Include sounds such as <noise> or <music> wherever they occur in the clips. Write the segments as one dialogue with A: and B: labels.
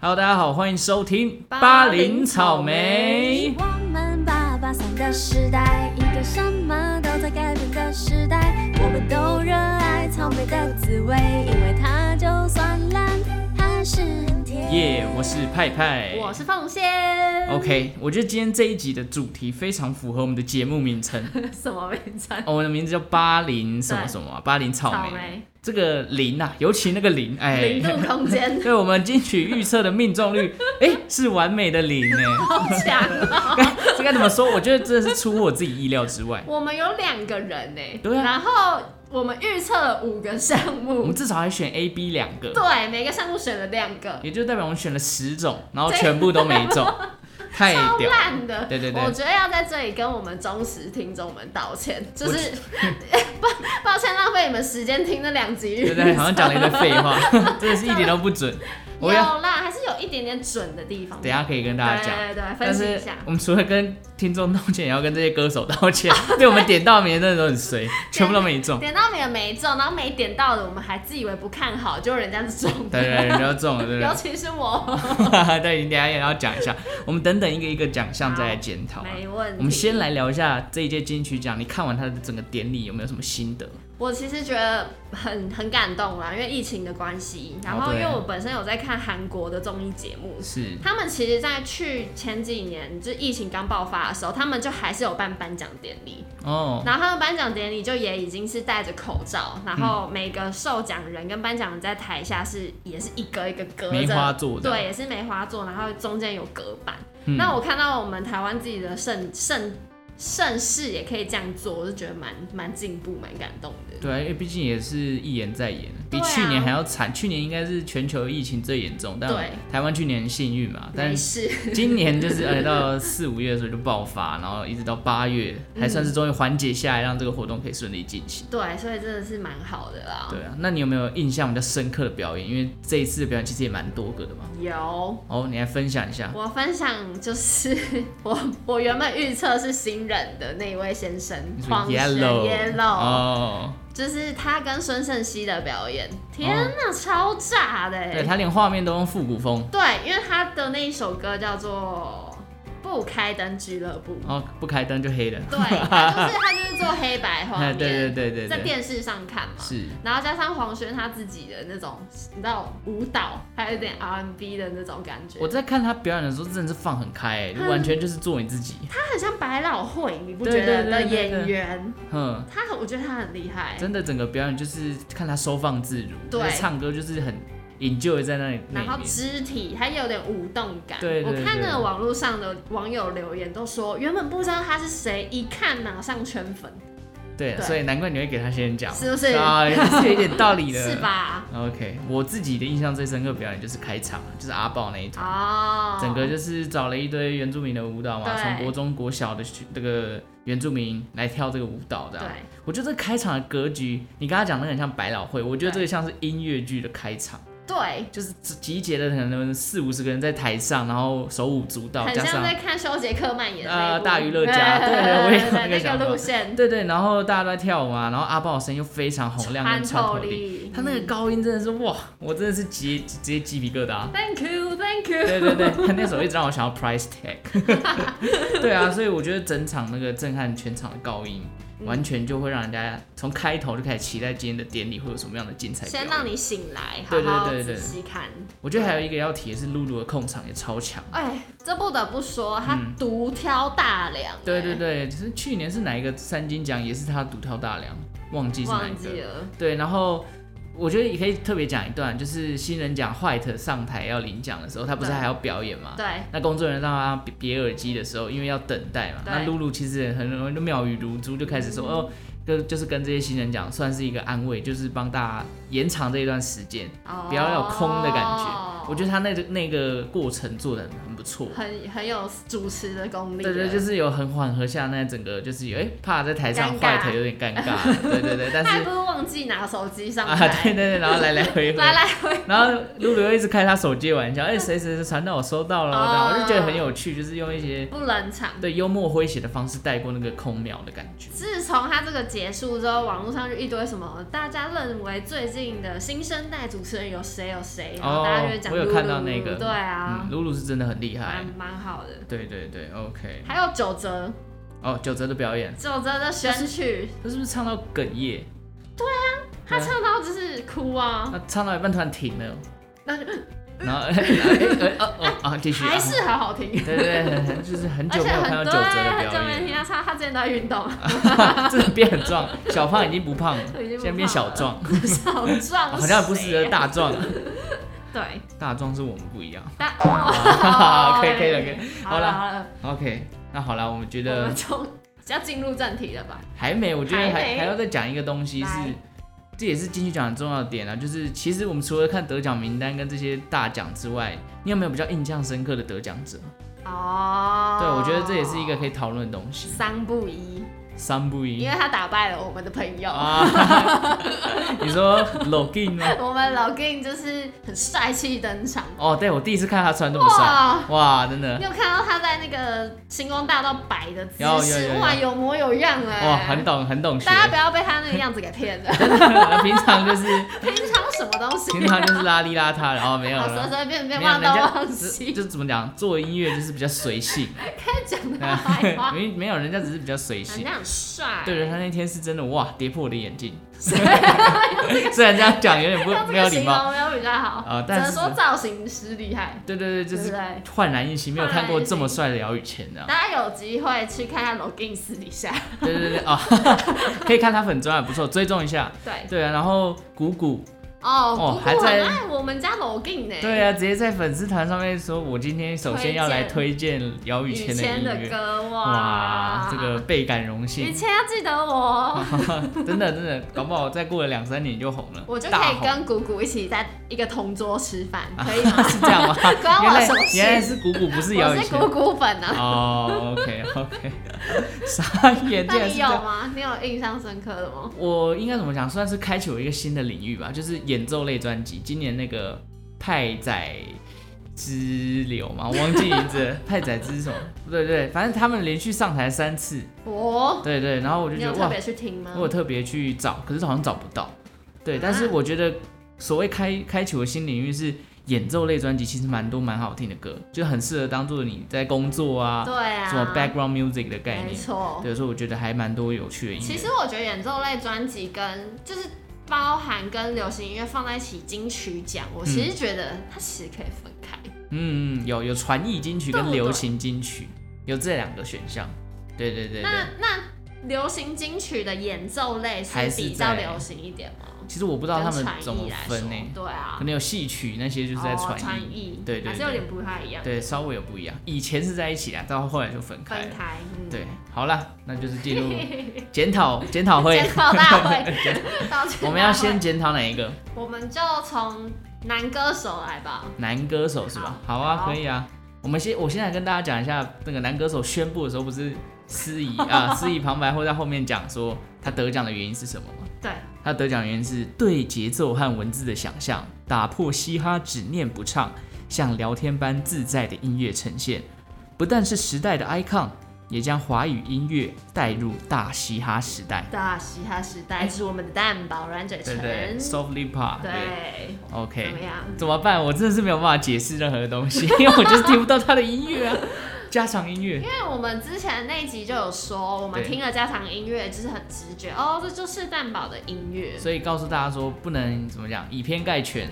A: Hello，大家好，欢迎收听
B: 巴
A: 巴
B: 林
A: 林
B: 草
A: 草
B: 莓
A: 莓。
C: 我们八八三的时代，一个什么都在改变的时代。我们都热爱草莓的滋味，因为它就算烂，还是很甜。
A: 耶我是派派，
B: 我是凤仙。
A: OK。我觉得今天这一集的主题非常符合我们的节目名
B: <laughs>
A: 称，
B: 什么名称？
A: 哦我们的名字叫巴林什么什么啊、巴林草莓。
B: 草莓
A: 这个零啊，尤其那个零，哎，
B: 零度空间
A: 对我们金曲预测的命中
B: <laughs>
A: 率，哎，是完美的零呢。
B: 好强哦！
A: 这该怎么说？我觉得真的是出乎我自己意料之外。
B: 我们有两个人呢、
A: 对啊嗯
B: 然后我们预测了五个项
A: 我们
B: 目，
A: 至少还选 A、B 两个，
B: 对，每个项目选了两个，
A: 也就代表我们选了十种，然后
B: 对
A: 全部都没中，
B: <laughs>
A: 太
B: 超
A: 屌了。
B: 烂的。
A: 对对对
B: 我觉得要在这里跟我们忠实听众们道歉，就是 <laughs> 抱抱歉浪费你们时间听那两集预
A: 对
B: 测。
A: 对，好像讲了一堆废话，真的是一点都不准。
B: 有
A: 我要
B: 啦，还是有一点点准的地方。
A: 等一下可以跟大家讲，
B: 对对对，分
A: 但
B: 析一
A: 是
B: 下。
A: 我们除了跟听众道歉，也要跟这些歌手道歉，对我们点到名的真的都很衰，全部都没中。
B: 点到没有没中，然后没点到的我们还自以为不看好，就人家是中
A: 对
B: 的，
A: 对对，人家都中了，对
B: 尤
A: 不
B: 其是我，
A: 对？对，你等一下也要讲一下，我们等等一个一个奖项再来检讨啊。
B: 没问题。
A: 我们先，来聊一下这一届金曲奖，你看完它的整个典礼有没有什么心得？
B: 我其实觉得很很感动啦，因为疫情的关系，然后
A: 哦
B: 因
A: 对
B: 为我本身有在看韩国的综艺节目。
A: 是
B: 他们其实，在去前几年，就是疫情刚爆发的时候，他们就还是有办颁奖典礼。
A: 哦，
B: 然后他们颁奖典礼就也已经是戴着口罩，然后
A: 嗯
B: 每个受奖人跟颁奖人在台下是也是一个一个隔着
A: 梅花座的
B: 对，也是梅花座，然后中间有隔板。
A: 嗯
B: 那我看到我们台湾自己的盛盛盛世也可以这样做，我就觉得蛮蛮进步，蛮感动的。
A: 对，因为毕竟也是一言再言，比
B: 对啊
A: 去年还要惨。去年应该是全球疫情最严重，但
B: 对
A: 台湾去年很幸运嘛，但
B: 没事，
A: 今年就是呃到四五月的时候就爆发，然后一直到八月
B: 嗯
A: 还算是终于缓解下来，让这个活动可以顺利进行。
B: 对，所以真的是蛮好的啦。
A: 对啊，那你有没有印象比较深刻的表演？因为这一次的表演其实也蛮多个的嘛。
B: 有，
A: 哦，你来分享一下。
B: 我分享就是 <laughs> 我我原本预测是新人的那一位先生
A: 你说
B: 黄轩
A: Yellow，
B: Yellow，
A: 哦，
B: 就是他跟孙盛熙的表演，天呐，超炸的欸！
A: 对他连画面都用复古风，
B: 对因为他的那一首歌叫做《不开灯俱乐部》，
A: 然后哦不开灯就黑了。
B: 对，他就是他就是做黑白画
A: <laughs>
B: 面，
A: 对对对对
B: 在
A: 对，
B: 电视上看嘛。
A: 是
B: 然后加上黄轩他自己的那种，你知道舞蹈，还有一点 R&B 的那种感觉
A: 我，在看他表演的时候，真的是放很开、欸，
B: 嗯
A: 完全就是做你自己。
B: 他很像百老汇，你不
A: 对
B: 觉得
A: 对
B: 的
A: 对对对
B: 演员？
A: 哼，
B: 他很，我觉得他很厉害，
A: 真的整个表演就是看他收放自如，
B: 对
A: 就是唱歌就是很 enjoy 在那里那
B: 然
A: 里
B: 后
A: 面。
B: 肢体还有点舞动感。
A: 对对
B: 我看那
A: 对
B: 个网络上的网友留言都说，原本不知道他是谁，一看马上圈粉，
A: 对，啊
B: 对
A: 所以难怪你会给他先讲，
B: 是不是
A: 啊，也是有点道理的，
B: <laughs> 是？吧？
A: OK，我自己的印象最深刻表演就是开场，就是阿豹那一场，
B: 哦，
A: 整个就是找了一堆原住民的舞蹈嘛，
B: 对
A: 从国中、国小的学这个原住民来跳这个舞蹈的。
B: 对，
A: 我觉得这开场的格局，你刚刚讲的很像百老汇，我觉得
B: 对
A: 这个像是音乐剧的开场，
B: 对，
A: 就是集结了可能四五十个人在台上，然后手舞足蹈，
B: 很
A: 加
B: 像
A: 上
B: 在看修杰克曼演的那一
A: 呃
B: 部
A: 大娱乐
B: <laughs>
A: 家，对对，我也有那个
B: 对那
A: 想
B: 个
A: 法
B: 路。线，
A: 对对，然后大家都在跳舞啊嘛，然后阿豹的声音又非常洪亮跟穿透力，
B: 力
A: 他那个高音真的是哇，我真的是直接直接鸡皮疙瘩。
B: <laughs> ，Thank you，Thank you，
A: 对对对，他那首一直让我想要 price
B: <laughs>
A: tag。对啊，所以我觉得整场那个震撼全场的高音，
B: 嗯
A: 完全就会让人家从开头就开始期待今天的典礼会有什么样的精彩表
B: 先
A: 演。
B: 让你醒来，好
A: 对对
B: 好
A: 对对
B: 仔细看。
A: 我觉得还有一个要提的是，露露的控场也超强。
B: 哎，这不得不说，他独挑大梁，
A: 嗯对
B: 哎
A: 对，对，就是去年是哪一个三金奖，也是他独挑大梁，忘记是哪一
B: 忘
A: 个
B: 记。了，
A: 对，然后我觉得也可以特别讲一段，就是新人奖 White 上台要领奖的时候，他不是
B: 对
A: 还要表演吗？
B: 对。
A: 那工作人员让他别别耳机的时候，因为要等待嘛，
B: 对嗯
A: 那露露其实很容易就妙语如珠，就开始说、哦，跟就是跟这些新人讲，算是一个安慰，就是帮大家延长这一段时间，不要有空的感觉。
B: 哦
A: 我觉得他那个那个过程做的很不错。
B: 很很有主持的功力了。
A: 对对，就是有很缓和下那整个，就是有哎、怕在台上
B: 尴
A: 坏
B: 尬
A: 腿有点尴尬，
B: <laughs>
A: 对对对，但
B: 他还
A: 是
B: 不是忘记拿手机上
A: 啊
B: 来，
A: 对对对，然后来来回回，
B: 来来回
A: 然后露露又一直开他手机玩笑，哎、谁谁谁传到我收到了，然后我就觉得很
B: 哦
A: 有趣，就是用一些
B: 不冷场。
A: 对幽默诙谐的方式带过那个空秒的感觉。
B: 自从他这个结束之后，网络上就一堆什么大家认为最近的新生代主持人有谁有谁，然后大家就会讲
A: 哦我有看到那个
B: 对啊
A: 嗯，，露露是真的很厉害
B: 蛮。蛮好的。
A: 对对对，OK。
B: 还有九泽，
A: 哦，九泽的表演，
B: 九泽的选曲，
A: 他是不是唱到哽咽？
B: 他唱到就是哭啊，
A: 他唱到一半突然停
B: <laughs>
A: 了，
B: 那就
A: 然后 <laughs> 哎哎哎哦哦啊，继续。
B: 还是很好听。
A: 啊对对对，很就是很
B: 而
A: 久
B: 且
A: 没有看
B: 很
A: 到
B: 对，
A: 九泽的
B: 很久
A: 表
B: 没听
A: <laughs> 演，
B: 他唱，他之前都在运动，
A: 真的变很壮，小胖已经不胖了，
B: <laughs> 已经不
A: 现在变
B: 胖
A: 小
B: 了
A: 壮，
B: 少壮，
A: 好像不适合。大壮啊，
B: 对，
A: 大壮是我们不一
B: <laughs>
A: 样。哦
B: 但哦
A: 可以可以了可以
B: 好
A: 好了
B: 了好了，
A: OK，那好啦，我们觉
B: 我
A: 得
B: 们就要进入正题了吧？
A: 还没，我觉得
B: 还
A: 还
B: 没
A: 还要再讲一个东西是
B: 来，
A: 这也是金曲奖的重要点啊，就是其实我们除了看得奖名单跟这些大奖之外，你有没有比较印象深刻的得奖者？
B: 哦，
A: 对，我觉得这也是一个可以讨论的东西。
B: 三不一，
A: 三不一
B: 因为他打败了我们的朋友。
A: 啊， <laughs> 你说 Login 吗？
B: 我们老 Gin 就是很帅气登场，
A: 哦，对，我第一次看他穿这么帅，
B: 哇！
A: 哇，真的
B: 你，有看到他在那个星光大道摆的姿
A: 有有
B: 势
A: 有，有
B: 哇，有模有样哎、
A: 哇，很懂，很懂学。
B: 大家不要被他那个样子给骗了，
A: <laughs> 平常就是
B: 平常什么东西、啊？
A: 平常就是邋里邋遢，然后哦没有
B: 好随
A: 了。
B: 随便便
A: 没有，
B: 忘
A: 人
B: 东
A: 家
B: 忘
A: 只
B: 西，
A: 就怎么讲，做音乐就是比较随
B: <laughs>
A: 性，
B: 开讲的害怕，
A: 没没有，人家只是比较随
B: 人
A: 性。
B: 家很帅，
A: 对人，他那天是真的哇，跌破我的眼
B: <laughs>
A: 镜。 <laughs> 虽然这样讲有点
B: 用
A: 不
B: 这
A: 没有
B: 个
A: 礼
B: 形
A: 貌，
B: 容没有比较好，
A: 呃
B: 只
A: 但
B: 能
A: 是
B: 说造型师厉害。
A: 对对对，就是
B: 对不
A: 焕然一新，没有看过这么帅的姚宇谦
B: <laughs>
A: 这样。
B: 大家有机会去看看 Login 私底下，
A: 对对对啊，可以看他粉专，不错，追踪一下。
B: 对，
A: <laughs> 对啊，然后谷谷，哦
B: 哦，
A: 还
B: 姑姑
A: 在
B: 很爱我们家 Login 呢，
A: 对啊，直接在粉丝团上面说，我今天首先要来推荐姚宇
B: 雨
A: 谦的
B: 谦
A: 音
B: 的
A: 乐，
B: 歌啊哇
A: 哇，这个倍感荣
B: 雨
A: 幸，
B: 谦要记
A: <laughs>
B: 得我，
A: 真的真的，搞不好再过了两三年就红了，
B: 我就可
A: 大
B: 以
A: 红
B: 跟谷谷一起在一个同桌吃饭，可以
A: <laughs>
B: 吗？
A: 是这
B: <laughs>
A: 样吗？
B: 关
A: 原
B: 我
A: 来
B: 什么事
A: 原来是谷谷，不是姚
B: 我
A: 宇
B: 是
A: 轩。
B: 谷谷粉啊，
A: 哦，OK OK，傻眼，
B: 那
A: 竟然
B: 你
A: 是这
B: 有
A: 样。
B: 吗？你有印象深刻的吗？
A: 我应该怎么讲？算是开启我一个新的领域吧，就是演奏类专辑。今年那个派仔之流嘛，我忘记名字了，派仔之什么？对对，反正他们连续上台三次，
B: 我，
A: 对对，然后我就
B: 你
A: 觉
B: 有
A: 得
B: 特
A: 哇，
B: 别去听吗
A: 我？有特别去找，可是好像找不到。对，
B: 啊
A: 但是我觉得所谓开开启我新领域是演奏类专辑，其实蛮多蛮好听的歌，就很适合当做你在工作啊，
B: 对啊，
A: 什么 background music 的概
B: 没
A: 念。
B: 错。
A: 对，所以我觉得还蛮多有趣的音乐。
B: 其实我觉得演奏类专辑跟就是包含跟流行音乐放在一起金曲奖，我其实觉得它其实可以分开。
A: 嗯，有有传艺金曲
B: 对
A: 跟
B: 不对
A: 流行金曲，有这两个选项。对对对对，
B: 那那流行金曲的演奏类是
A: 还是
B: 比较
A: 在
B: 流行一点吗？
A: 其实我不知道他
B: 跟
A: 们
B: 传
A: 怎么
B: 艺来说，
A: 分呢，
B: 对啊
A: 可，能有戏曲那些就是在
B: 哦
A: 传
B: 传
A: 艺，
B: 艺，
A: 对对对
B: 还是有点不太一样，
A: 对，稍微有不一样。以前是在一起啊，到后来就分开
B: 分
A: 了。
B: 开，嗯，
A: 对，好啦，那就是进
B: <laughs>
A: 入检讨检讨会
B: 检，讨大
A: <laughs>
B: 会，道歉大会
A: 我们要先，检讨哪一个
B: 我们就从男歌手来吧，
A: 男歌手是吧？好啊，
B: 好
A: 可以啊。我们先，我先来跟大家讲一下，那个男歌手宣布的时候，不是司仪
B: <laughs>
A: 啊，司仪旁白会在后面讲说他得奖的原因是什么吗？
B: 对，
A: 他得奖原因是对节奏和文字的想象，打破嘻哈只念不唱，像聊天般自在的音乐呈现，不但是时代的 icon，也将华语音乐带入大嘻哈时代。
B: 大嘻哈时代是我们的蛋堡软
A: <laughs>
B: 嘴
A: 哎对
B: 唇，
A: 不对，Softly Pop，对
B: 对，怎
A: ，OK，
B: 么样？
A: 怎么办？我真的是没有办法解释任何的东西，因为我就是听不到他的音乐啊，加强音乐
B: 因。为我们之前那一集就有说，我们
A: 对
B: 听了家常音乐就是很直觉，哦，这就是蛋堡的音乐，
A: 所以告诉大家说，不能怎么讲，以偏概全。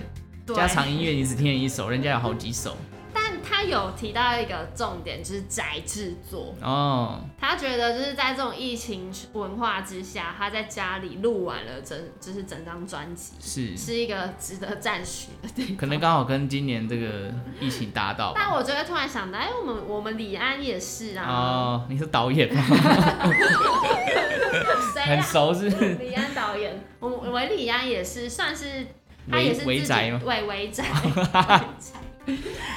B: 对
A: 加长音乐你只听了一首，人家有好几首
B: 但他有提到一个重点，就是宅制作。
A: 哦。
B: 他觉得就是在这种疫情文化之下，他在家里录完了整，就是整张专辑，
A: 是，
B: 是一个值得赞许的地方。
A: 可能刚好跟今年这个疫情搭到
B: <laughs>
A: 吧。
B: 但我就会突然想到，哎、我们我们李安也是啊，
A: 哦，你是导演吗？
B: 谁、
A: 很
B: 啊？
A: 熟是不
B: <laughs>
A: 是？
B: 李安导演，我我李安也是算是他也
A: 维
B: 是
A: 维宅吗
B: 对，维宅。
A: <laughs>
B: 维宅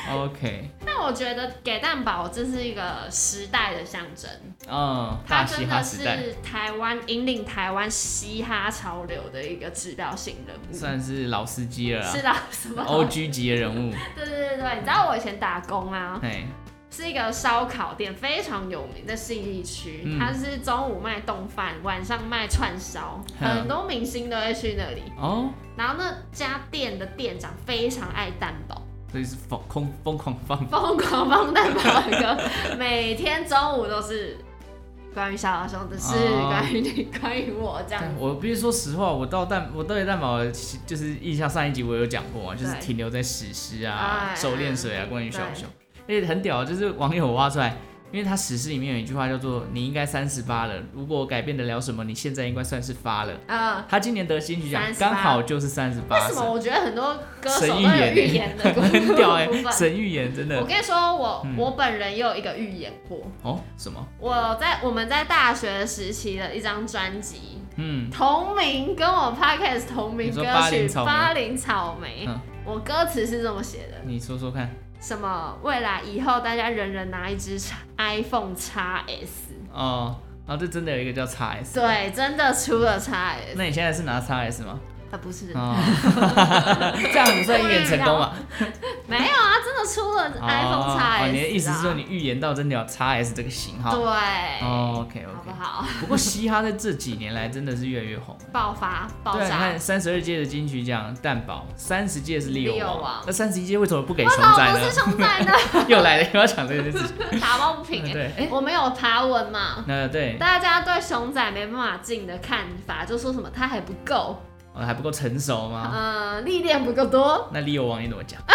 A: 哦？OK，
B: 但我觉得给蛋堡这是一个时代的象征，
A: 嗯，
B: 它
A: 大嘻
B: 真
A: 哈
B: 的
A: 时代
B: 是台湾引领台湾嘻哈潮流的一个指标性人物。
A: 算是老司机了
B: 是
A: 啦
B: 啦，什么？
A: ，OG 级的人物。
B: 对对对对，你知道我以前打工啊，
A: 哎，
B: 是一个烧烤店，非常有名，在信义区。
A: 嗯
B: 它是中午卖冻饭，晚上卖串烧，
A: 嗯
B: 很多明星都会去那里。
A: 哦，
B: 然后那家店的店长非常爱蛋堡，
A: 所以是疯空疯狂放
B: 疯狂放蛋堡的歌，每天中午都是关于小老熊的事，
A: 哦
B: 关于你，关于我这样
A: 但。我必须说实话，我到蛋，我对蛋堡就是印象上一集我有讲过嘛，就是
B: 对
A: 停留在史诗啊、
B: 哎
A: 手链水啊，关于小熊，而且很屌，就是网友挖出来，因为他史诗里面有一句话叫做“你应该三十八了，如果我改变得了什么，你现在应该算是发了”。
B: 呃，
A: 他今年得金曲奖，
B: 38
A: 刚好就是三十八。
B: 为什么我觉得很多歌手
A: 神
B: 都
A: 预
B: 有
A: 言
B: 预言的部 <laughs>
A: 很屌哎、
B: 分？
A: 神预言真
B: 我
A: 的嗯
B: 跟你说，我我本人也有一个预言过。
A: 哦？什么？
B: 我在我们在大学时期的一张专辑，
A: 嗯，
B: 同名跟我 podcast 同名
A: 你
B: 歌
A: 说巴黎
B: 曲
A: 草
B: 《
A: 莓
B: 巴黎草莓》
A: 嗯
B: 我歌词是这么写的：
A: 你说说看。
B: 什么未来以后大家人人拿一只 iPhone x S，
A: 哦，然后这真的有一个叫 x S。。
B: 对，真的出了 x S，
A: 那你现在是拿 x S 吗？
B: 啊不是， <laughs>
A: 哦，这样不算预言成功
B: 啊
A: 吧？
B: 没有啊，真的出了 iPhone
A: 哦哦
B: x S，、
A: 你的意思是说你预言到真的有 x S 这个型号？
B: 对、
A: 哦，OK
B: 好不
A: OK。
B: 好？
A: 不过嘻哈在这几年来真的是越来越红。
B: 爆发爆
A: 对啊，你
B: 炸
A: 看，三十二届的金曲奖蛋堡，三十届是利
B: 利
A: 友
B: 友
A: 王
B: 王，
A: 那三十一届为什么不给熊
B: 我
A: 仔
B: 不是
A: 呢？
B: 熊仔呢，
A: <laughs> 又来了，又要讲这件事情。
B: 打抱 <laughs> 不平、欸。
A: 对，哎，
B: 我们有爬文嘛？
A: 那对，
B: 大家对熊仔没办法进的看法，就说什么他还不够，
A: 哦还不够成熟吗？
B: 呃，历练不够多，
A: 那利友王你怎么讲？ <laughs>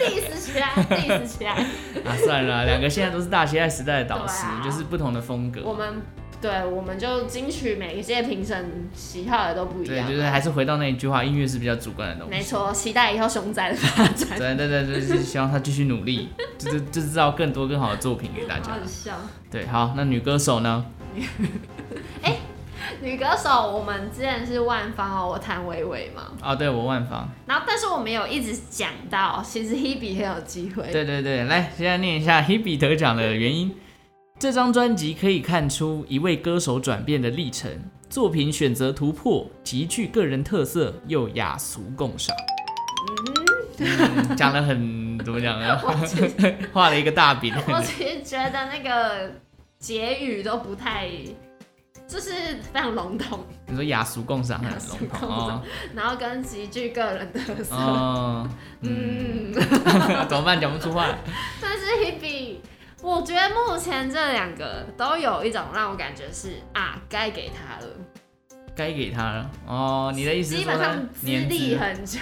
B: diss 起来，diss 起来。
A: 啊，算了，两个现在都是大时代时代的导师
B: <laughs> 对，啊
A: 就是不同的风格。
B: 我们对，我们就金曲每一届评审喜好也都不一
A: 对，
B: 样，啊
A: 就是还是回到那一句话，音乐是比较主观的东
B: 没
A: 西。
B: 错。期待以后熊仔的发展，
A: 对对对，就是希望他继续努力， <laughs> 就是就是制造更多更 <laughs> 好的作品给大家
B: 好。笑。
A: 对，好，那女歌手呢？
B: 女歌手，我们之前是万芳哦，我谭维维嘛，
A: 啊，对我万芳。
B: 然后但是我们有一直讲到，其实 Hebe 很有机会，
A: 对对对，来，现在念一下 Hebe 得奖的原因。这张专辑可以看出一位歌手转变的历程，作品选择突破，极具个人特色，又雅俗共赏。嗯，讲的很怎么
B: <laughs>
A: 讲呢？ <laughs> 画了一个大饼。
B: 我其实觉得那个结语都不太，就是非常笼统， <laughs>
A: 你说雅俗共赏很笼
B: 雅俗
A: 统
B: 共赏
A: 哦。
B: 然后跟极具个人特色。
A: 哦，嗯，
B: 嗯，
A: 怎么办？讲不出话来。
B: 但是 Hebe，我觉得目前这两个都有一种让我感觉是啊，该给他了。
A: 该给他了哦，你的意思是
B: 基
A: 说
B: 本
A: 他
B: 上资
A: 年
B: 历
A: 纪
B: 很久，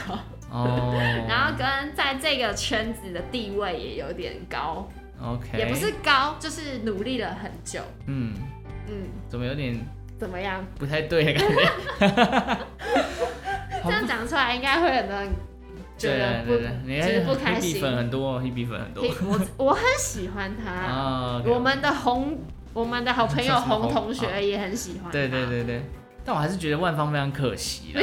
A: 哦，
B: <laughs> 然后跟在这个圈子的地位也有点高，
A: OK，
B: 也不是高，就是努力了很久。
A: 嗯，
B: 嗯，
A: 怎么有点
B: 怎么样？
A: 不太对的啊感
B: <laughs>
A: 觉？好
B: 这样讲出来应该会很多人觉得
A: 对啊
B: 不
A: 对对，你
B: 觉
A: 看
B: 得不开
A: Hebe
B: 心。
A: 粉很多，Hebe 粉很多
B: 我我很喜欢他，
A: 啊。
B: 我们的红，我们的好
A: <laughs>
B: 朋友
A: 红
B: 红同
A: 啊
B: 学也很喜欢他。
A: 对对对对，但我还是觉得万芳非常可惜
B: <laughs>
A: 了。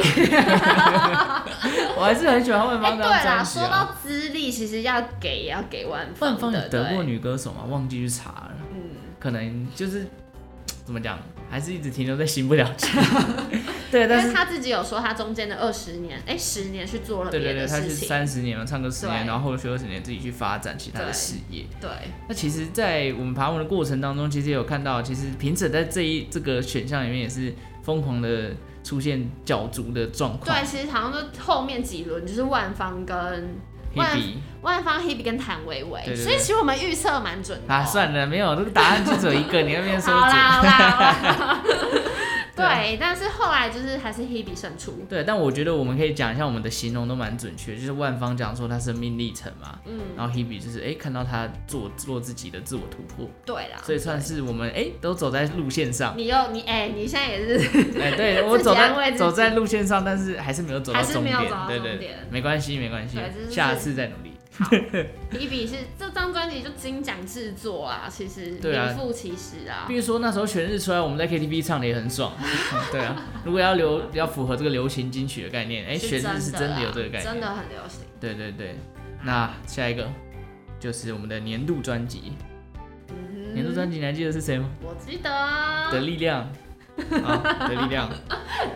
A: 我还是很喜欢万
B: 哎、
A: 芳这
B: 对
A: 张
B: 啦，
A: 专辑
B: 说
A: 啊。
B: 到资历，其实要给也要给万芳
A: 万
B: 的
A: 芳有得过
B: 对
A: 女歌手吗？忘记去查了，
B: 嗯，
A: 可能就是怎么讲，还是一直停留在新不了
B: <laughs>
A: 情。对，
B: 因
A: 但
B: 为
A: 是
B: 他自己有说他中间的二十年，哎、十年去做了
A: 对
B: 别
A: 对
B: 的
A: 对，他
B: 事
A: 是
B: 情，
A: 三十年嘛，唱歌十年，
B: 对
A: 然后后续二十年自己去发展其他的
B: 对
A: 事业。
B: 对
A: 那其实，在我们爬文的过程当中，其实也有看到，其实评审在这一这个选项里面也是疯狂的出现角逐的状况。
B: 对，其实好像就后面几轮就是万芳跟
A: Hebe
B: 万芳 Hebe 跟谭维维
A: 对，对对
B: 所以其实我们预测蛮准的、哦
A: 啊，算了，没有这个答案就只有一个，你那边
B: <laughs> 好
A: 说
B: 啦
A: 准。
B: 好啦，好
A: <laughs>
B: 啦
A: 对啊
B: 对，但是后来就是还是 Hebe 胜出，
A: 对，但我觉得我们可以讲一下，我们的形容都蛮准确，就是万芳讲说他生命历程嘛，嗯，然后 Hebe 就是哎、看到他做做自己的自我突破，
B: 啊对啦，
A: 所以算是我们哎、都走在路线上，
B: 你又你哎、你现在也是 <laughs>
A: 哎、对我走
B: 安慰
A: 在
B: 自己
A: 走在路线上，但是还是没有走到
B: 还是
A: 终
B: 没
A: 点，
B: 有走到
A: 对
B: 终
A: 对对
B: 点，
A: 没关系没关系
B: 对这，就是
A: 下次再努力。
B: Hebe 是这张专辑就金奖制作啊，其实
A: 对啊
B: 名副其实啊
A: 比。如说那时候全日出来，我们在 KTV 唱的也很爽， <laughs> 嗯对啊。如果要流要符合这个流行金曲的概念，哎、全日是真的有这个概
B: 啦真
A: 念，
B: 的很流行。
A: 对对对。那下一个就是我们的年度专辑，
B: 嗯
A: 年度专辑你还记得是谁吗？
B: 我记得啊
A: 的力
B: <laughs>
A: 量。啊，的力量，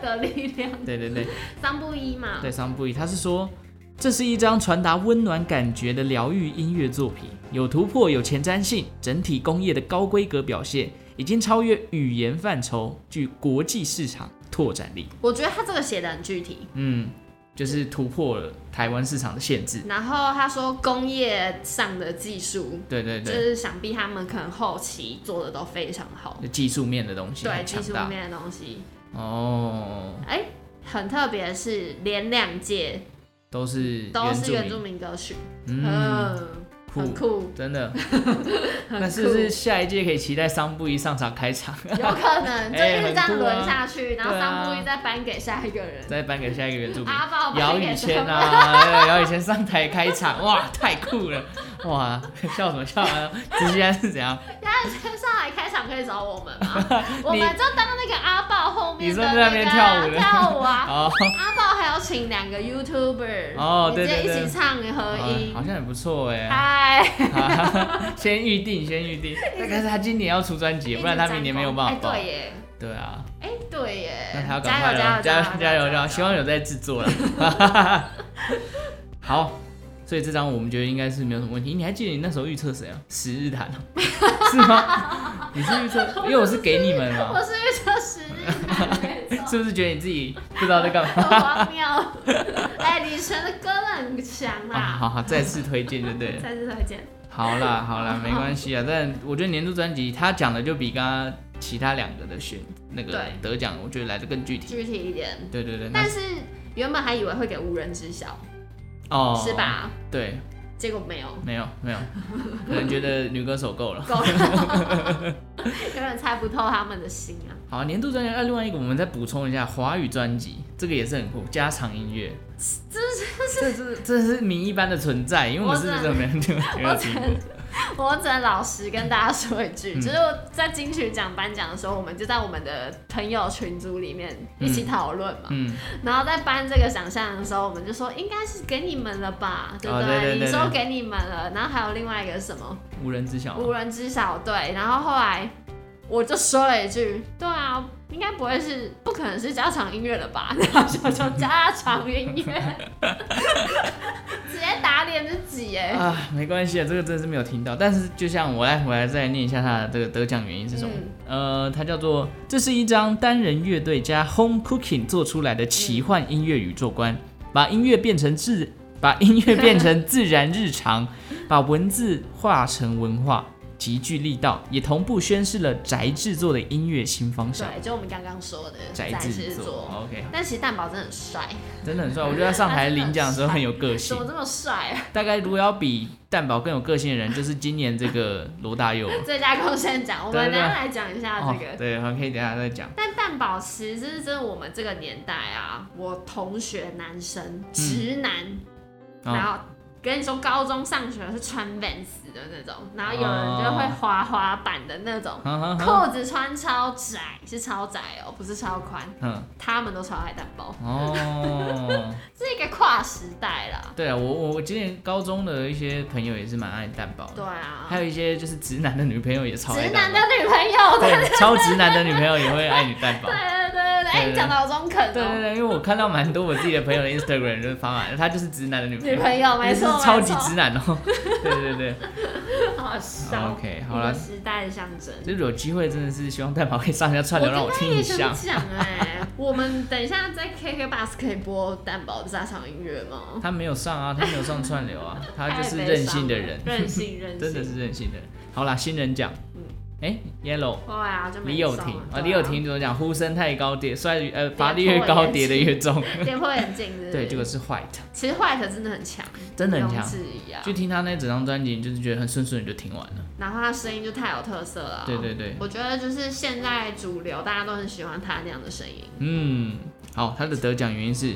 B: 的力量，
A: 对对对，
B: 三不一嘛，
A: 对，桑布伊，他是说，这是一张传达温暖感觉的疗愈音乐作品，有突破，有前瞻性，整体工业的高规格表现已经超越语言范畴，具国际市场拓展力。
B: 我觉得他这个写的很具体，
A: 嗯，就是突破了台湾市场的限制。
B: 然后他说工业上的技术，
A: 对对
B: 就
A: 对，
B: 是想必他们可能后期做的都非常好，
A: 就技术面的东西
B: 对
A: 很
B: 技
A: 嗯强
B: 术
A: 大。
B: 面的东西，
A: 哦，
B: 哎，很特别的是连两届
A: 都是
B: 都
A: 原
B: 是
A: 住
B: 原住
A: 民，
B: 民歌曲，
A: 嗯，
B: 嗯，很
A: 酷，
B: 酷，
A: 真
B: <laughs>
A: 的。
B: 很
A: 那
B: 酷，
A: 是不是下一届可以期待桑布一上场开场，
B: 有可
A: <laughs>
B: 能就
A: 哎
B: 一直这
A: 很
B: 样
A: 酷啊
B: 轮下去，然后
A: 对啊
B: 桑布一再颁给下一个人，
A: 再颁给下一个原住民？
B: 阿豹
A: 姚
B: 颁
A: 以
B: 给
A: 谦
B: 什么？
A: 啊，姚以谦上台开场，哇，太酷了，哇，笑什么笑啊？直接是怎样？
B: 上海开场可以找我们
A: <laughs>
B: 吗？我们就当那个阿豹后面
A: 你
B: 的
A: 说在那边跳舞
B: 个
A: 的
B: 跳舞
A: <laughs>
B: 啊，
A: 哦，
B: 阿豹还要请两个 YouTuber
A: 哦对
B: 直接
A: 对对
B: 一起唱合音
A: 好。像也不错哎。
B: 嗨，
A: <laughs> 先预定，先预
B: <laughs>
A: 定。但是他今年要出专辑，不然他明年没有办法报
B: 哎，。对耶，
A: 对啊，
B: 哎，对耶，
A: 那他要赶
B: 加
A: 快
B: 油
A: 了，加
B: 加油
A: 油加油加油！希望有在制作了。 <laughs> 好，所以这张我们觉得应该是没有什么问题。你还记得你那时候预测谁啊？十日谈啊，是吗？你是预测，因为我是给你们嘛
B: 我。是预测十日
A: <laughs>
B: 男，
A: 是不是觉得你自己不知道在干嘛？
B: 很荒谬。哎，李晨的歌很强
A: 啊，
B: 啦，
A: <laughs> 好好，再次推荐就 <laughs> 对了。
B: 再次推荐。
A: 好啦，好啦，没关系啊。但我觉得年度专辑他讲的就比刚刚其他两个的选那个
B: 对
A: 得奖，我觉得来的更具体。
B: 具体一点。
A: 对对对，那
B: 但是原本还以为会给无人知晓，
A: 哦
B: 是？吧？
A: 对，
B: 结果
A: <laughs>
B: 没有， <laughs>
A: 没有没有，可能觉得女歌手够 <laughs> 了。
B: 够了，有点猜不透他们的心啊。
A: 好，年度专辑，那另外一个我们再补充一下华语专辑，这个也是很酷，家常音乐。这是这是谜一般的存在，因为我
B: 我
A: 是不
B: 只
A: 是没有没有听过？
B: 我只能老实跟大家说一句，
A: 嗯
B: 就是我在金曲奖颁奖的时候，我们就在我们的朋友群组里面一起讨论嘛。
A: 嗯，
B: 然后在颁这个奖项的时候，我们就说应该是给你们了吧，对不
A: 哦
B: 对？
A: 对对对
B: 你说
A: 对
B: 给你们了，然后还有另外一个什么
A: 无人知晓啊吗。
B: 无人知晓，对。然后后来我就说了一句，对啊。应该不会是，不可能是家常音乐了吧？ <laughs> 然后就说家常音乐，
A: <laughs>
B: 直接打脸自己哎、
A: <laughs> 啊，没关系啊，这个真的是没有听到。但是就像我来回来再念一下他的这个得奖原因是什么？呃，它叫做这是一张单人乐队加 home cooking 做出来的奇幻音乐宇宙观，把音乐变成自把音乐变成自然日 <laughs> 常，把文字化成文化，极具力道，也同步宣示了宅制作的音乐新方向。
B: 对，就我们刚刚说的
A: 宅制作，OK，
B: 但其实蛋宝真的很帅，
A: <laughs> 真的很帅。我觉得他上台领奖的时候很有 <laughs> 个性
B: 怎么。这么帅、 <laughs> 啊？
A: 大概如果要比蛋宝更有个性的人，就是今年这个罗大
B: <laughs>
A: 佑了。
B: 最佳贡献奖，我
A: 对
B: 们
A: 对
B: 等
A: 对
B: 一下来讲一下
A: 哦
B: 啊这个。，
A: 对，好，可以等一下再讲。
B: 但蛋宝其实是真的我们这个年代啊，我同学男生直男，然
A: 哦，
B: 后跟你说高中上学是穿 Vans 的那种，然后有人就会滑滑板的那种，
A: 哈哈哈，
B: 裤子穿超窄，是超窄哦，不是超宽，
A: 嗯，
B: 他们都超爱蛋宝，
A: 哦，
B: 是一个跨时代啦。
A: 对啊，我我我今年高中的一些朋友也是蛮爱蛋堡
B: 对
A: 的，
B: 啊，
A: 还有一些就是直男的女朋友也超爱
B: 直男
A: 蛋
B: 的
A: 堡，
B: 女朋友，对
A: 对，超直男的女朋友也会爱你蛋堡
B: <laughs> 对。对对对对，哎，你讲的好中肯
A: 对对
B: 哦，
A: 对，因为我看到蛮多我自己的朋友的 Instagram 就是发嘛，他就是直男的女朋友，
B: 女朋友没
A: <laughs>
B: 错
A: 就是超级
B: 没错
A: 直男哦。 <laughs> 对对对
B: 好
A: 对
B: 笑。
A: ，OK，好
B: 一
A: 了
B: 个，时代的象征。
A: 就是有机会真的是希望蛋堡可以上一下串流，让我听一
B: 也想
A: 下。
B: 讲哎，我们等一下在 KK Bus 可以播蛋堡的沙场音乐吗？
A: 他没有上啊，他没有上串流
B: <laughs>
A: 啊，他就是
B: 太悲
A: 任
B: 伤
A: 性的
B: 了
A: 人。
B: 任性任性，
A: 真的是任性的人。好啦，新人奖，
B: 嗯
A: 哎、y e l l o w
B: 对啊，就没
A: 李友
B: 送
A: 廷
B: 了
A: 啊，
B: 对
A: 李友廷怎么讲？呼声太高，跌摔得呃，
B: 跌
A: 罚的越高，
B: 破眼
A: 跌的越重。
B: 跌破眼镜，是不是
A: 对，这个是 White，
B: 其实 White 真的很强，
A: 真的很强
B: 毋庸置疑啊
A: 就。听他那整张专辑，你就是觉得很顺顺，你就听完了。
B: 然后他声音就太有特色了啊，
A: 对对对，
B: 我觉得就是现在主流大家都很喜欢他那样的声音，
A: 嗯，好，他的得奖原因是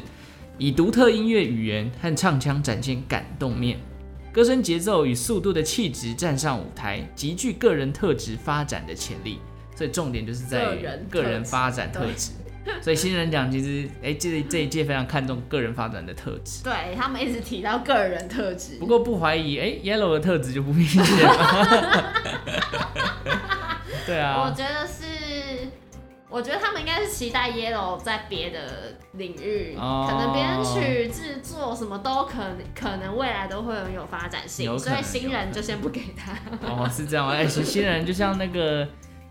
A: 以独特音乐语言和唱腔展现感动面，歌声节奏与速度的气质站上舞台，极具个人特质发展的潜力。所以重点就是在
B: 个
A: 于
B: 人
A: 个人
B: 特质
A: 发展特
B: 对
A: 质。所以新人奖其实，哎、这这一届非常看重个人发展的特质。
B: 对他们一直提到个人特质
A: 不，过不怀疑，哎、y e l l o w 的特质就不明显了。
B: <laughs>
A: 对
B: 我
A: 啊，
B: 觉得是，我觉得他们应该是期待 Yellow 在别的领域，
A: 哦
B: 可能编曲、制作什么都可能，可能未来都会很有发展
A: 有
B: 性，
A: 可
B: 所
A: 能
B: 以新人就先不给他。
A: 哦，是这样吗？哎、其实新人就像那个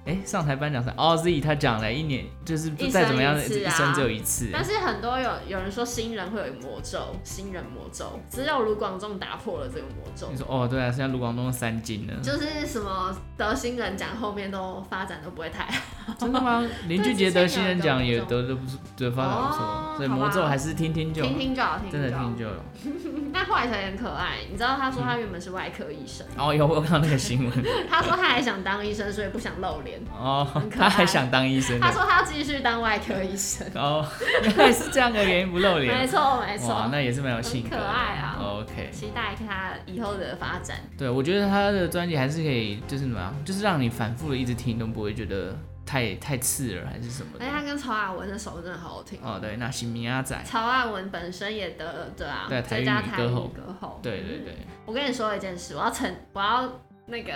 A: 哎，上台颁奖赛哦，Z 他讲了一年就是不
B: 一
A: 再
B: 生
A: 怎么样，
B: 一次
A: 一
B: 啊
A: 生只有一次。
B: 但是很多有有人说新人会有魔咒，新人魔咒，只有卢广仲打破了这个魔咒
A: 你，说哦，对啊，现在卢广仲三金了，
B: 就是什么得新人奖后面都发展都不会太好。
A: 真的吗？林俊杰得新人奖也
B: 之前有
A: 得的不是，得发展不
B: 哦
A: 错，所以
B: 好吧
A: 魔咒还是听听就好
B: 听，听就好，听
A: 真的
B: 听就好
A: 听。就有。
B: 那后来才很可爱，你知道他说他原本是外科医生，
A: 哦，有我有看到那个新闻
B: 他说他还想当医生，所以不想露脸。
A: 哦
B: 很，可
A: 他
B: 爱
A: 还想当医生
B: 他
A: 的
B: 说他要继续当外科医生，
A: 哦，原来是这样的原因不露
B: 没
A: 脸，
B: 错
A: 啊
B: 没
A: 哇，
B: 错，
A: 那也是蛮有性格的，
B: 很可爱啊
A: OK，
B: 期待他以后的发展。
A: 对我觉得他的专辑还是可以，就是怎么样，就是让你反复的一直听都不会觉得太太刺耳还是什么
B: 而
A: 的
B: 哎且。他跟曹雅文的手真的好好听。
A: 哦，对，那行米阿仔，
B: 曹雅文本身也得了对啊
A: 对台
B: 最
A: 语
B: 佳
A: 女
B: 台
A: 歌
B: 语
A: 后
B: 歌后。
A: 对对对
B: 嗯，，我跟你说一件事，我要成，我要那个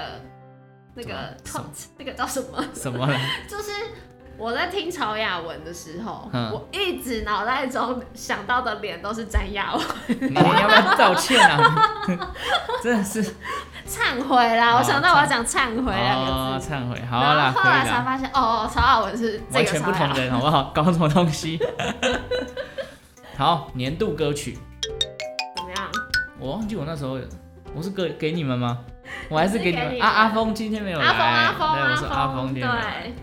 B: 那个
A: 什么
B: quote，那个叫什么？ <laughs>
A: 什么了？
B: 就是我在听曹雅文的时候，
A: 嗯
B: 我一直脑袋中想到的脸都是詹雅文，
A: 你要不要道歉啊？ <laughs> 真的是
B: 忏悔啦！
A: 哦
B: 我想到我要讲忏悔两个
A: 哦，
B: 字。
A: 忏悔，好
B: 然
A: 啦，
B: 后
A: 可
B: 后来
A: 以
B: 才
A: 啦，
B: 发现，哦，曹雅文是这
A: 完
B: 个
A: 全
B: 曹
A: 不同
B: 雅文。
A: 人，好不好？搞什么东西？ <laughs> 好，年度歌曲，
B: 怎么样？
A: 我忘记我那时候有我是给给你们吗？我还是给你
B: 是给
A: 们
B: 你
A: 啊！
B: 们
A: 阿峰今天没有来，
B: 阿峰，阿峰，
A: 对，我说阿峰
B: 峰，
A: 今天没有来，
B: 对，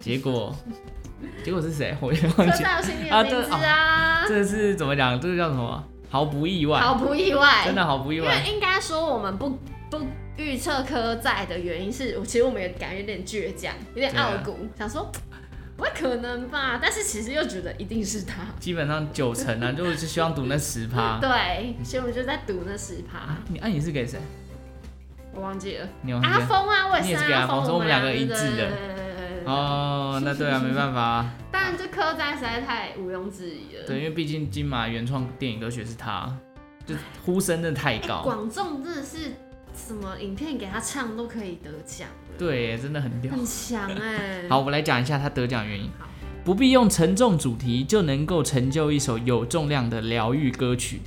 A: 结果结果是谁？ <laughs> 我也忘
B: 刻
A: 记了。
B: 在我心里
A: 啊
B: 的
A: 对
B: 名字啊，
A: 这是怎么讲？这个叫什么？毫不意外，
B: 毫不意外，
A: 真的毫不意
B: 因
A: 外。
B: 为应该说我们不不预测科在的原因是，其实我们也感觉有点倔强，有点
A: 对啊
B: 傲骨，想说不会可能吧，但是其实又觉得一定是他。
A: 基本上九成啊，就是希望赌那十趴。
B: <laughs>
A: 啊
B: 对，所以我们就在赌那十趴，
A: 你按、你是给谁？
B: 我忘记了。
A: 你有
B: 阿峰啊，我
A: 你
B: 也
A: 也是
B: 是
A: 给阿峰所以
B: 我
A: 我们两个一致的
B: 的。
A: 哦，那对啊，没办法、啊，
B: 当然，这科在实在太毋庸置疑了。
A: 对，因为毕竟金马原创电影歌曲是他，就呼声真的太高，
B: 哎广仲真的是什么影片给他唱都可以得奖了，
A: 对，真的很屌。
B: 很强哎、
A: <laughs> 好，我们来讲一下他得奖原因
B: 好。
A: 不必用沉重主题就能够成就一首有重量的疗愈歌曲，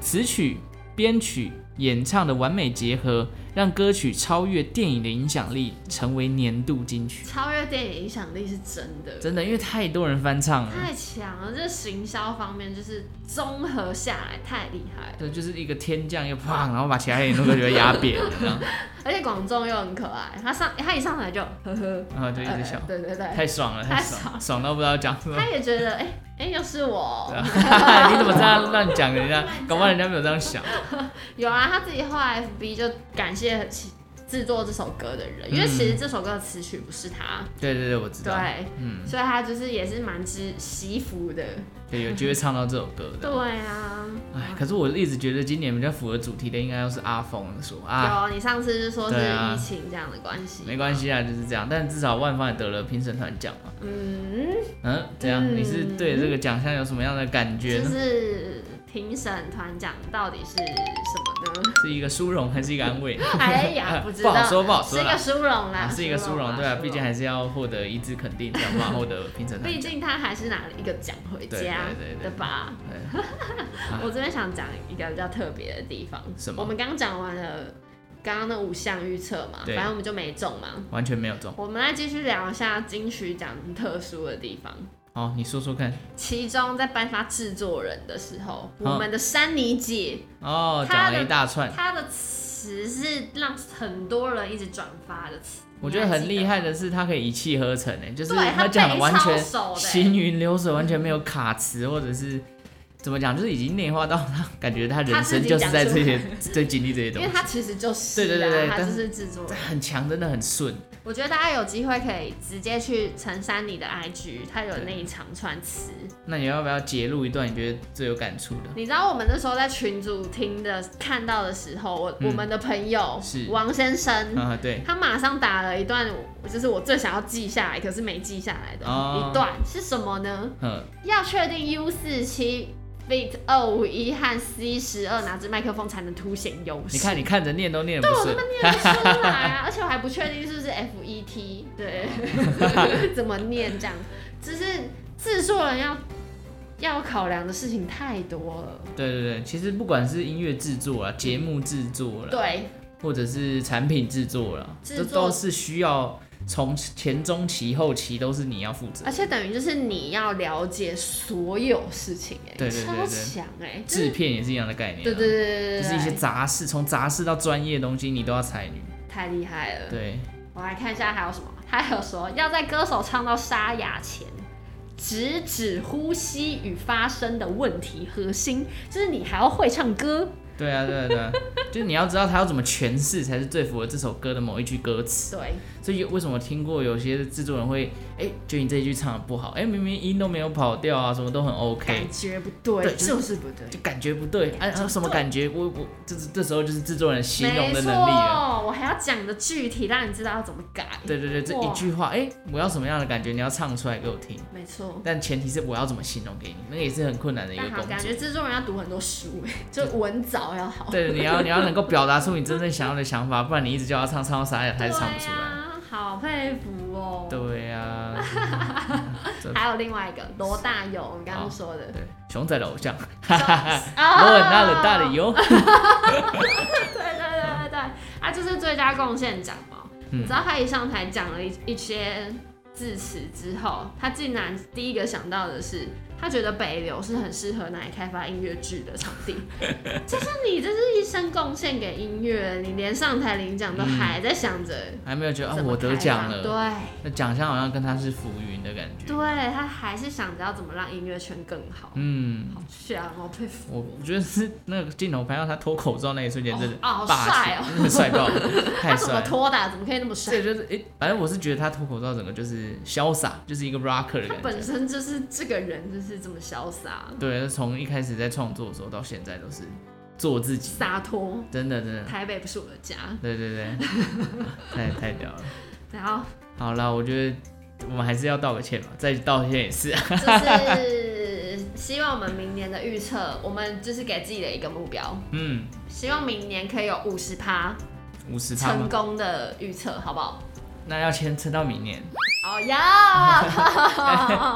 A: 词曲、编曲、演唱的完美结合，让歌曲超越电影的影响力，成为年度金曲。
B: 超越电影影响力是真的。
A: 真的，因为太多人翻唱了，
B: 太强了，这行销方面就是综合下来太厉害了，
A: 对，就是一个天降又砰，然后把其他人都给觉压扁了，这样，
B: 而且广仲又很可爱，他上他一上来就呵呵，
A: 然后就一直笑
B: 呃，对对对，
A: 太爽了，
B: 太
A: 太爽，
B: 爽
A: 了，爽到不知道讲什么
B: 他。也觉得哎哎、又是我
A: 对，啊 <laughs> 你怎么这样乱讲人家？搞不好人家没有这样想。
B: 有啊，他自己后来 FB 就感谢其制作这首歌的人，因为
A: 嗯
B: 其实这首歌的词曲不是他，
A: 对对对，我知道。
B: 对，
A: 嗯，
B: 所以他就是也是蛮知惜福的，
A: 对，有机会唱到这首歌的。
B: 对啊，
A: 哎，可是我一直觉得今年比较符合主题的，应该要是阿峰说啊，
B: 有你上次是说是
A: 对啊
B: 疫情这样的关系，
A: 没关，系啊，就是这样。但至少万芳也得了评审团奖嘛。
B: 嗯。
A: 嗯，怎样？
B: 嗯
A: 你是对这个奖项有什么样的感觉
B: 就
A: 呢？
B: 是评审团奖到底是什么
A: <laughs>
B: 呢？
A: 是一个殊荣还是一个安
B: <laughs>
A: 慰？
B: 哎
A: <laughs>
B: 呀，不知
A: 不
B: 道，
A: 好说，不好
B: 是
A: 说
B: 一个
A: 啦。
B: 殊荣啦
A: 啊，是一个殊荣，对啊，
B: 殊
A: 毕竟还是要获得一致肯定，
B: <laughs>
A: 才有办法获得评审团
B: 毕
A: 奖。
B: 竟他还是拿了一个奖回
A: 对
B: 家，
A: 对对对
B: 吧？
A: 对啊
B: <laughs> 我这边想讲一个比较特别的地方，
A: 什么
B: 我们刚讲完了刚刚那五项预测嘛，
A: 对
B: 反正我们就没中嘛。
A: 完全没有中。
B: 我们来继续聊一下金曲奖特殊的地方，
A: 好，哦你说说看。
B: 其中在颁发制作人的时候，
A: 嗯
B: 我们的珊妮姐
A: 哦，
B: 他
A: 讲
B: 的
A: 了一大串。
B: 他的词是让很多人一直转发的词，
A: 我觉得很厉害的是，他可以一气呵成诶，就是
B: 对他
A: 讲的
B: 背
A: 完
B: 超
A: 全
B: 熟的欸
A: 行云流水，完全没有卡词或者是怎么讲，就是已经内化到他感觉他人生就是在这些
B: 他
A: 在经历这些
B: 你还记得吗，因
A: 东
B: 为
A: 西，
B: 他其实就是、啊，
A: 对对对对
B: 他
A: 但
B: 就是制作人。
A: 很强，真的很顺。
B: 我觉得大家有机会可以直接去陈珊妮的 IG，他有
A: 对
B: 那一长串词。
A: 那你要不要截录一段你觉得最有感触的？
B: 你知道我们那时候在群组听的看到的时候，我、
A: 嗯
B: 我们的朋友
A: 是
B: 王先生。
A: 啊，对，
B: 他马上打了一段，就是我最想要记下来，可是没记下来的、
A: 哦
B: 一段是什么呢？
A: 嗯，
B: 要确定 U 四七 Fit 二五一和 C 十二哪支麦克风才能凸显优势？
A: 你看你看着念都念得不顺，
B: 念不出来啊，而且我还不确定是不是 F E T，对，怎么念这样？只是制作人要要考量的事情太多了，
A: 对对对，其实不管是音乐制作啦、节目制作啦，
B: 对，
A: 或者是产品制作啦，
B: 制
A: 这
B: 作
A: 都是需要从前中期、后期都是你要负责
B: 而。且等于就是你要了解所有事情、哎，
A: 对对对
B: 超
A: 对
B: 强哎、就是
A: 制片也是一样的概念、啊，
B: 对对对对对，
A: 就是一些
B: 对
A: 杂事，从杂事到专业的东西你都要参与。
B: 太厉害了。
A: 对，
B: 我来看一下还有什么，他还有说要在歌手唱到沙哑前。直指呼吸与发声的问题核心，就是你还要会唱歌，
A: 对啊，对啊，对啊，就是你要知道他要怎么诠释才是最符合这首歌的某一句歌词。
B: 对，
A: 所以有为什么听过有些制作人会，哎、就你这一句唱的不好，哎、明明音都没有跑调啊，什么都很 OK，
B: 感觉不对，
A: 对就是
B: 就是不对，
A: 就感觉不对，哎、啊，什么感觉？我我这这时候就是制作人形容
B: 没
A: 的
B: 错
A: 能力了。，
B: 我还要讲的具体，让你知道要怎么改。
A: 对对对，这
B: 哇
A: 一句话，哎、我要什么样的感觉，你要唱出来给我听。
B: 没错。
A: 但前提是我要怎么形容给你，那个也是很困难的一个
B: 但
A: 工
B: 好，感
A: 作
B: 觉。制作人要读很多书，哎，就文藻要好。
A: <laughs> 对，你要你要能够表达出你真正想要的想法，不然你一直叫他唱，唱到傻眼，他
B: 对
A: 也
B: 呀，
A: 唱不出来。
B: 好佩服哦。
A: 对啊呀、
B: 还有另外一个罗大佑，我们刚
A: 好
B: 刚说的，哦
A: 对，熊仔的偶
B: <laughs>
A: 像，
B: 罗
A: 哦 <laughs> 罗很大的大的
B: 对
A: 哟。
B: <laughs> 对对对对，啊，就是最佳贡献奖嘛。你
A: 嗯
B: 知道他一上台讲了一一些致辞之后，他竟然第一个想到的是，他觉得北流是很适合拿来开发音乐剧的场
A: <laughs>
B: 地。就是你这是一生贡献给音乐，你连上台领奖都还在想着、
A: 还没有嗯觉得啊
B: 怎，么
A: 我得奖
B: 开
A: 了。
B: 放
A: 那奖项好像跟他是浮云的感觉。
B: 对，对，他还是想着要怎么让音乐圈更好。
A: 嗯，
B: 好强哦，佩服。
A: 我我觉得是那个镜头拍到他脱口罩那一瞬间，真的
B: 哦啊好
A: 霸气
B: 帅哦，
A: 真的帅爆了，
B: 他 <laughs>
A: 太
B: 怎
A: 帅
B: 么
A: 了。
B: 脱的啊、怎么可以那么帅
A: 这？就是诶、反正我是觉得他脱口罩整个就是潇洒，就是一个 rocker 的
B: 他
A: 感
B: 本
A: 觉。
B: 身就是这个人，就是这么潇洒、
A: 对，从一开始在创作的时候到现在都是做自己，
B: 洒脱。
A: 真的真的，
B: 台北不是我的家，
A: 对对 <laughs> 对，太太屌了。
B: 然后
A: 好啦，我觉得我们还是要道个歉吧，再道歉也是 <laughs> 啊。
B: 就是 <laughs> 希望我们明年的预测，我们就是给自己的一个目标，
A: 嗯，
B: 希望明年可以有五十趴
A: 五十趴
B: 成
A: 吗？
B: 功的预测，好不好？
A: 那要先撑到明年，
B: 哦
A: <laughs>
B: 呀，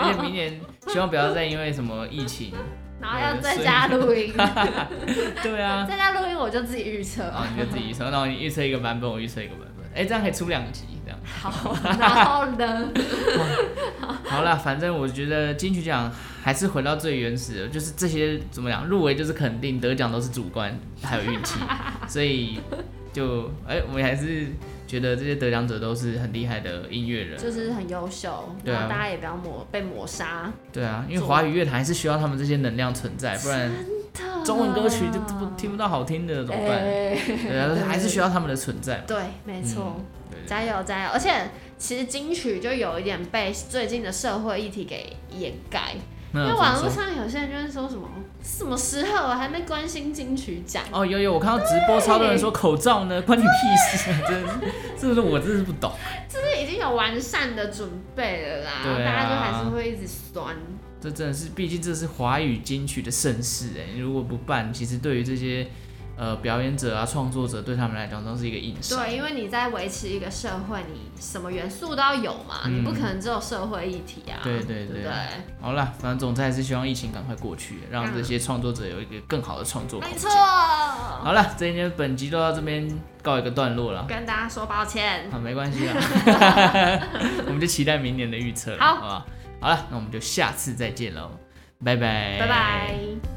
A: 而且明年希望不要再因为什么疫情。
B: 然后要在家录
A: <laughs>
B: 音，
A: 对啊，
B: 在家录音我就自己预测。
A: 啊，你就自己预测，那你预测一个版本，我预测一个版本，哎、这样可以出两集这样。
B: 好，然后呢？
A: 好啦，反正我觉得金曲奖还是回到最原始的，就是这些怎么讲，入围就是肯定，得奖都是主观还有运
B: <laughs>
A: 气，所以就哎、我们还是觉得这些得奖者都是很厉害的音乐人。
B: 就是很优秀，
A: 对啊
B: 然后大家也不要抹被抹杀。
A: 对啊，因为华语乐坛还是需要他们这些能量存在，不然中文歌曲就不听不到好听的怎么办？
B: 啊哎
A: 对啊，还是需要他们的存在。
B: 对，没错。
A: 对对
B: 加油加油！而且其实金曲就有一点被最近的社会议题给掩盖，因
A: 那
B: 为
A: 有
B: 网
A: 嗯怎
B: 络
A: 么说
B: 上有些人就是说什么什么时候我还没关心金曲奖，
A: 哦，有有，我看到直播超多人说口罩呢，关你屁事，啊真的是，这是我真是不懂。
B: 就是已经有完善的准备了啦，
A: 对啊
B: 大家就还是会一直酸。
A: 这真的是，毕竟这是华语金曲的盛世哎，你如果不办，其实对于这些呃表演者啊、创作者，对他们来讲都是一个硬伤。
B: 对，因为你在维持一个社会，你什么元素都要有嘛，
A: 嗯
B: 你不可能只有社会议题啊，
A: 对对
B: 对不
A: 对好啦，反正总之还是希望疫情赶快过去，让这些创作者有一个更好的创作空
B: 嗯没
A: 间
B: 错。，
A: 好了，今天本集就到这边告一个段落了。
B: 跟大家说抱歉，
A: 好，没关
B: <laughs>
A: 系啦， <laughs> 我们就期待明年的预测了，
B: 好
A: 好不好？好了，那我们就下次再见喽，拜拜，
B: 拜拜。